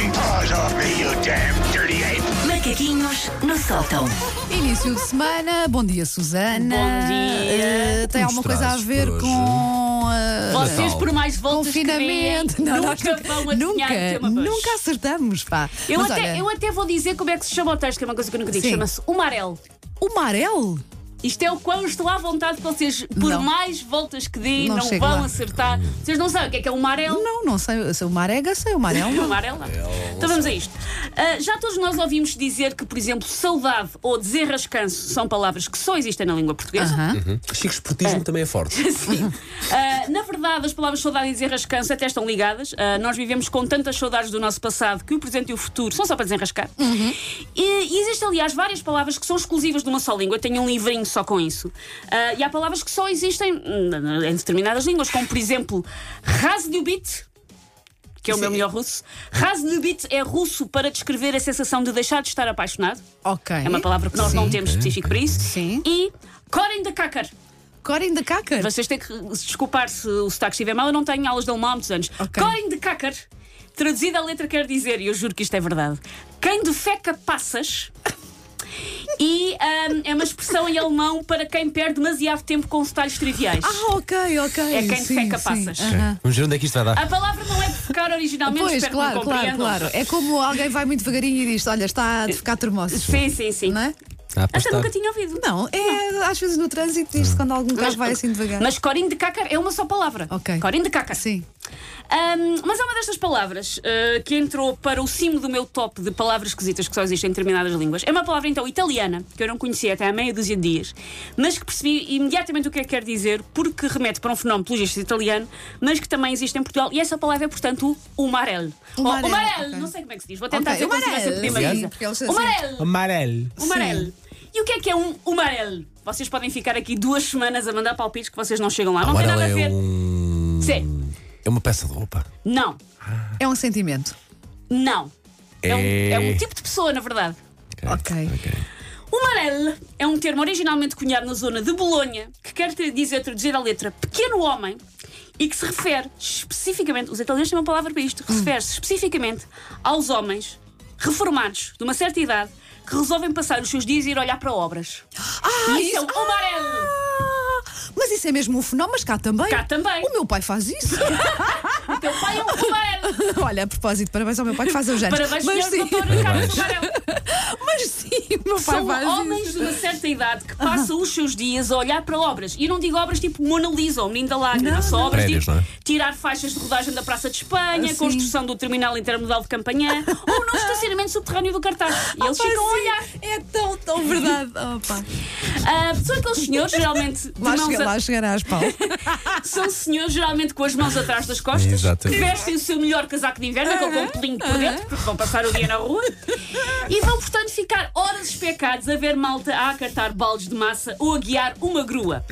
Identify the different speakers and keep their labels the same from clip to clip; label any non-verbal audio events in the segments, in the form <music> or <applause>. Speaker 1: off me, you damn dirty ape!
Speaker 2: Macaquinhos no sótão.
Speaker 3: Início de semana, bom dia Susana.
Speaker 4: Bom dia.
Speaker 3: Eh, tem alguma coisa a
Speaker 5: trazes
Speaker 3: ver
Speaker 5: para hoje?
Speaker 3: com eh,
Speaker 4: Vocês,
Speaker 5: Natal.
Speaker 4: por mais voltas que deem,
Speaker 3: confinamento? Não, nós
Speaker 4: nunca vão adivinhar o
Speaker 3: nunca,
Speaker 4: tema de hoje.
Speaker 3: nunca acertamos, pá.
Speaker 4: Eu
Speaker 3: Mas
Speaker 4: até,
Speaker 3: olha,
Speaker 4: eu até vou dizer como é que se chama o texto, que é uma coisa que eu nunca digo.
Speaker 3: Sim.
Speaker 4: Chama-se O Marel.
Speaker 3: o Marel?
Speaker 4: Isto é o quão estou à vontade para vocês, por
Speaker 3: Não.
Speaker 4: mais voltas que deem,
Speaker 3: Não
Speaker 4: não,
Speaker 3: chego
Speaker 4: vão
Speaker 3: lá.
Speaker 4: acertar. Vocês não sabem o que é que é o Marel?
Speaker 3: Não, não sei, sei o Marega, sei o Marel.
Speaker 4: O Marel, não. Então vamos a isto. Ah, já todos nós ouvimos dizer que, por exemplo, saudade ou desenrascanço são palavras que só existem na língua portuguesa.
Speaker 3: Aham.
Speaker 5: Chico Esportismo também é
Speaker 3: <laughs>
Speaker 5: forte.
Speaker 4: Sim. Ah, na verdade, as palavras saudade e desenrascanço até estão ligadas. Ah, nós vivemos com tantas saudades do nosso passado que o presente e o futuro são só para desenrascar.
Speaker 3: Uhum.
Speaker 4: E, e existem, aliás, várias palavras que são exclusivas de uma só língua. Eu tenho um livrinho só com isso. Ah, e há palavras que só existem hum, em determinadas línguas, como, por exemplo, razdubit. Que é o meu melhor russo. Raznubit é russo para descrever a sensação de deixar de estar apaixonado.
Speaker 3: Ok.
Speaker 4: É uma palavra que nós
Speaker 3: Sim.
Speaker 4: não temos específico para isso.
Speaker 3: Sim.
Speaker 4: E Koren de Kakar.
Speaker 3: Corin de Caca.
Speaker 4: Vocês têm que se desculpar se o sotaque estiver mal. Eu não tenho aulas de alemão há muitos anos.
Speaker 3: Ok.
Speaker 4: Corin de Cacar. Traduzida a letra quer dizer, e eu juro que isto é verdade, quem defeca passas. E ahm, é uma expressão em alemão para quem perde demasiado tempo com detalhes triviais.
Speaker 3: Ah, ok, ok.
Speaker 4: É quem
Speaker 3: sim,
Speaker 4: defeca
Speaker 3: sim.
Speaker 4: passas.
Speaker 3: Aham.
Speaker 5: Vamos ver onde é que isto vai dar.
Speaker 3: Ah,
Speaker 4: A palavra não é defecar originalmente,
Speaker 3: Pois,
Speaker 4: espero
Speaker 3: claro,
Speaker 4: que me
Speaker 3: claro,
Speaker 4: compreendam.
Speaker 3: claro. É como alguém vai muito devagarinho e diz: Olha, está a ficar termoso.
Speaker 4: Sim, sim, sim.
Speaker 3: Não é?
Speaker 5: Ah, pois
Speaker 4: Esta
Speaker 5: está.
Speaker 4: nunca tinha ouvido.
Speaker 3: Não, é às vezes no trânsito diz-se quando algum carro vai assim devagar.
Speaker 4: Mas corim de cácar é uma só palavra.
Speaker 3: Ok.
Speaker 4: Corim de cácar.
Speaker 3: Sim.
Speaker 4: Ahm, mas é uma destas palavras ah, que entrou para o cimo do meu top de palavras esquisitas que só existem em determinadas línguas. É uma palavra então italiana, que eu não conhecia até há meia dúzia de dias, mas que percebi imediatamente o que é que quer dizer, porque remete para um fenómeno pelo gesto italiano, mas que também existe em Portugal. E essa palavra é, portanto, o marel.
Speaker 3: O
Speaker 4: Ou
Speaker 3: marel,
Speaker 4: o marel,
Speaker 3: ok.
Speaker 4: não sei como é que se diz, vou tentar
Speaker 3: Ok,
Speaker 4: dizer
Speaker 3: o
Speaker 4: como se tivesse a
Speaker 3: marel,
Speaker 4: pedir
Speaker 3: sim,
Speaker 4: Marisa.
Speaker 3: porque eles-
Speaker 4: O marel!
Speaker 5: Amarelo.
Speaker 4: O Marel. E o que é que é um Umarel? Vocês podem ficar aqui duas semanas a mandar palpites que vocês não chegam lá. Não tem
Speaker 5: Amarelo
Speaker 4: nada a
Speaker 5: é
Speaker 4: ver.
Speaker 5: um.
Speaker 4: Sim.
Speaker 5: É uma peça de roupa.
Speaker 4: Não,
Speaker 3: É um sentimento.
Speaker 4: não. É um,
Speaker 5: É.
Speaker 4: é um tipo de pessoa, na verdade.
Speaker 3: Ok.
Speaker 4: O Marel é um termo originalmente cunhado na zona de Bolonha, que quer ter- dizer, traduzir a letra pequeno homem, e que se refere especificamente, os italianos têm uma palavra para isto, refere-se especificamente aos homens reformados de uma certa idade que resolvem passar os seus dias a ir olhar para obras.
Speaker 3: Ah,
Speaker 4: Isso é o Marel!
Speaker 3: Ah, mas isso é mesmo um fenómeno, mas cá também.
Speaker 4: Cá também.
Speaker 3: O meu pai faz isso.
Speaker 4: <laughs> O teu pai é
Speaker 3: <laughs>
Speaker 4: um Umarel!
Speaker 3: Olha, a propósito, parabéns ao meu pai que faz o género.
Speaker 4: Parabéns,
Speaker 3: mas
Speaker 4: senhor
Speaker 3: sim,
Speaker 4: doutor Ricardo Somarel.
Speaker 3: mas sim, o meu pai
Speaker 4: São
Speaker 3: faz
Speaker 4: homens
Speaker 3: isso.
Speaker 4: de uma certa idade
Speaker 3: <laughs>
Speaker 4: que passam os seus dias a olhar para obras. E eu não digo obras tipo Mona Lisa ou Menino da Lágrima,
Speaker 3: Não,
Speaker 4: só
Speaker 3: não.
Speaker 4: obras
Speaker 5: Prédios,
Speaker 4: tipo
Speaker 5: não é?
Speaker 4: tirar faixas de rodagem da Praça de Espanha,
Speaker 3: Ah, sim.
Speaker 4: construção do terminal intermodal de
Speaker 3: <laughs>
Speaker 4: Campanhã ou no estacionamento subterrâneo do Cartaz. E eles
Speaker 3: Pá,
Speaker 4: ficam a
Speaker 3: sim,
Speaker 4: olhar.
Speaker 3: É tão, tão verdade. Oh, pá.
Speaker 4: Ah, são aqueles senhores, geralmente, de
Speaker 3: Lá,
Speaker 4: mãos
Speaker 3: chega,
Speaker 4: a-
Speaker 3: lá chegarás, Paulo.
Speaker 4: São senhores geralmente com as mãos atrás das costas,
Speaker 5: Exatamente.
Speaker 4: que vestem o seu melhor casaco de inverno, aquele com um pelinho por dentro, porque vão passar o dia na rua, e vão, portanto, ficar horas especados a ver malta a acartar baldes de massa ou a guiar uma grua.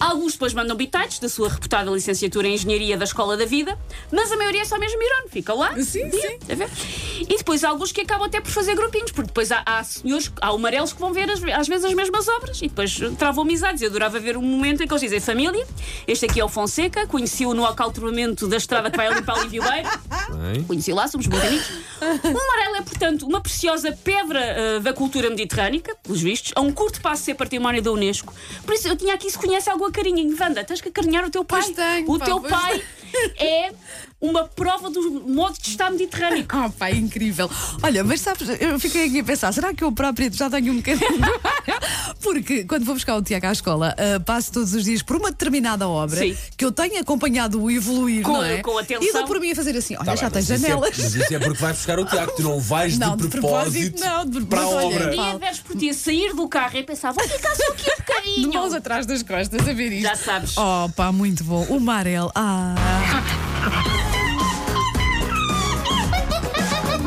Speaker 4: Alguns depois mandam bitites da sua reputada licenciatura em Engenharia da Escola da Vida, mas a maioria é só mesmo irão, fica lá.
Speaker 3: Sim, sim.
Speaker 4: a ver? E depois há alguns que acabam até por fazer grupinhos, porque depois há, há senhores, há amarelos que vão ver as- às vezes as mesmas obras e depois eh, travam amizades. Eu adorava ver um momento em que eles dizem: Família, este aqui é o Fonseca, conheci-o no acaltramento da estrada que vai ali para o Livioeiro.
Speaker 5: Bem.
Speaker 4: Conheci lá, somos muito amigos. O amarelo é, portanto, uma preciosa pedra eh, da cultura mediterrânica, pelos vistos, a um curto passo de ser património da Unesco. Por isso, eu tinha aqui se conhece alguma carinha. Wanda, tens que acarinhar o teu pai.
Speaker 3: Pois tenho,
Speaker 4: o
Speaker 3: pá,
Speaker 4: teu
Speaker 3: pois
Speaker 4: pai é uma prova do modo de estar mediterrâneo.
Speaker 3: Oh, pá, incrível. Olha, mas sabes, eu fiquei aqui a pensar, será que eu própria já tenho um bocadinho? Porque quando vou buscar o Tiago à escola, ah, passo todos os dias por uma determinada obra
Speaker 4: Sim.
Speaker 3: que eu tenho acompanhado o evoluir,
Speaker 4: Com-
Speaker 3: não é?
Speaker 4: com atenção.
Speaker 3: E dou por mim a fazer assim: olha,
Speaker 5: Tá
Speaker 3: já
Speaker 5: bem,
Speaker 3: tens
Speaker 5: mas isso é-
Speaker 3: janelas.
Speaker 5: mas isso é porque vais buscar o Tiago, tu não vais
Speaker 3: Não,
Speaker 5: de,
Speaker 3: de propósito,
Speaker 5: propósito
Speaker 3: não, de
Speaker 5: para a
Speaker 3: propósito, olha.
Speaker 5: obra.
Speaker 4: E a vez por ti a sair do carro e pensar, vou ficar só
Speaker 3: <laughs>
Speaker 4: aqui um
Speaker 3: De mãos
Speaker 4: bocadinho.
Speaker 3: atrás das costas a ver isto.
Speaker 4: Já sabes.
Speaker 3: Oh, pá, muito bom. O Marel. Ah.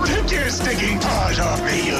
Speaker 1: Take your stinking paws off me, you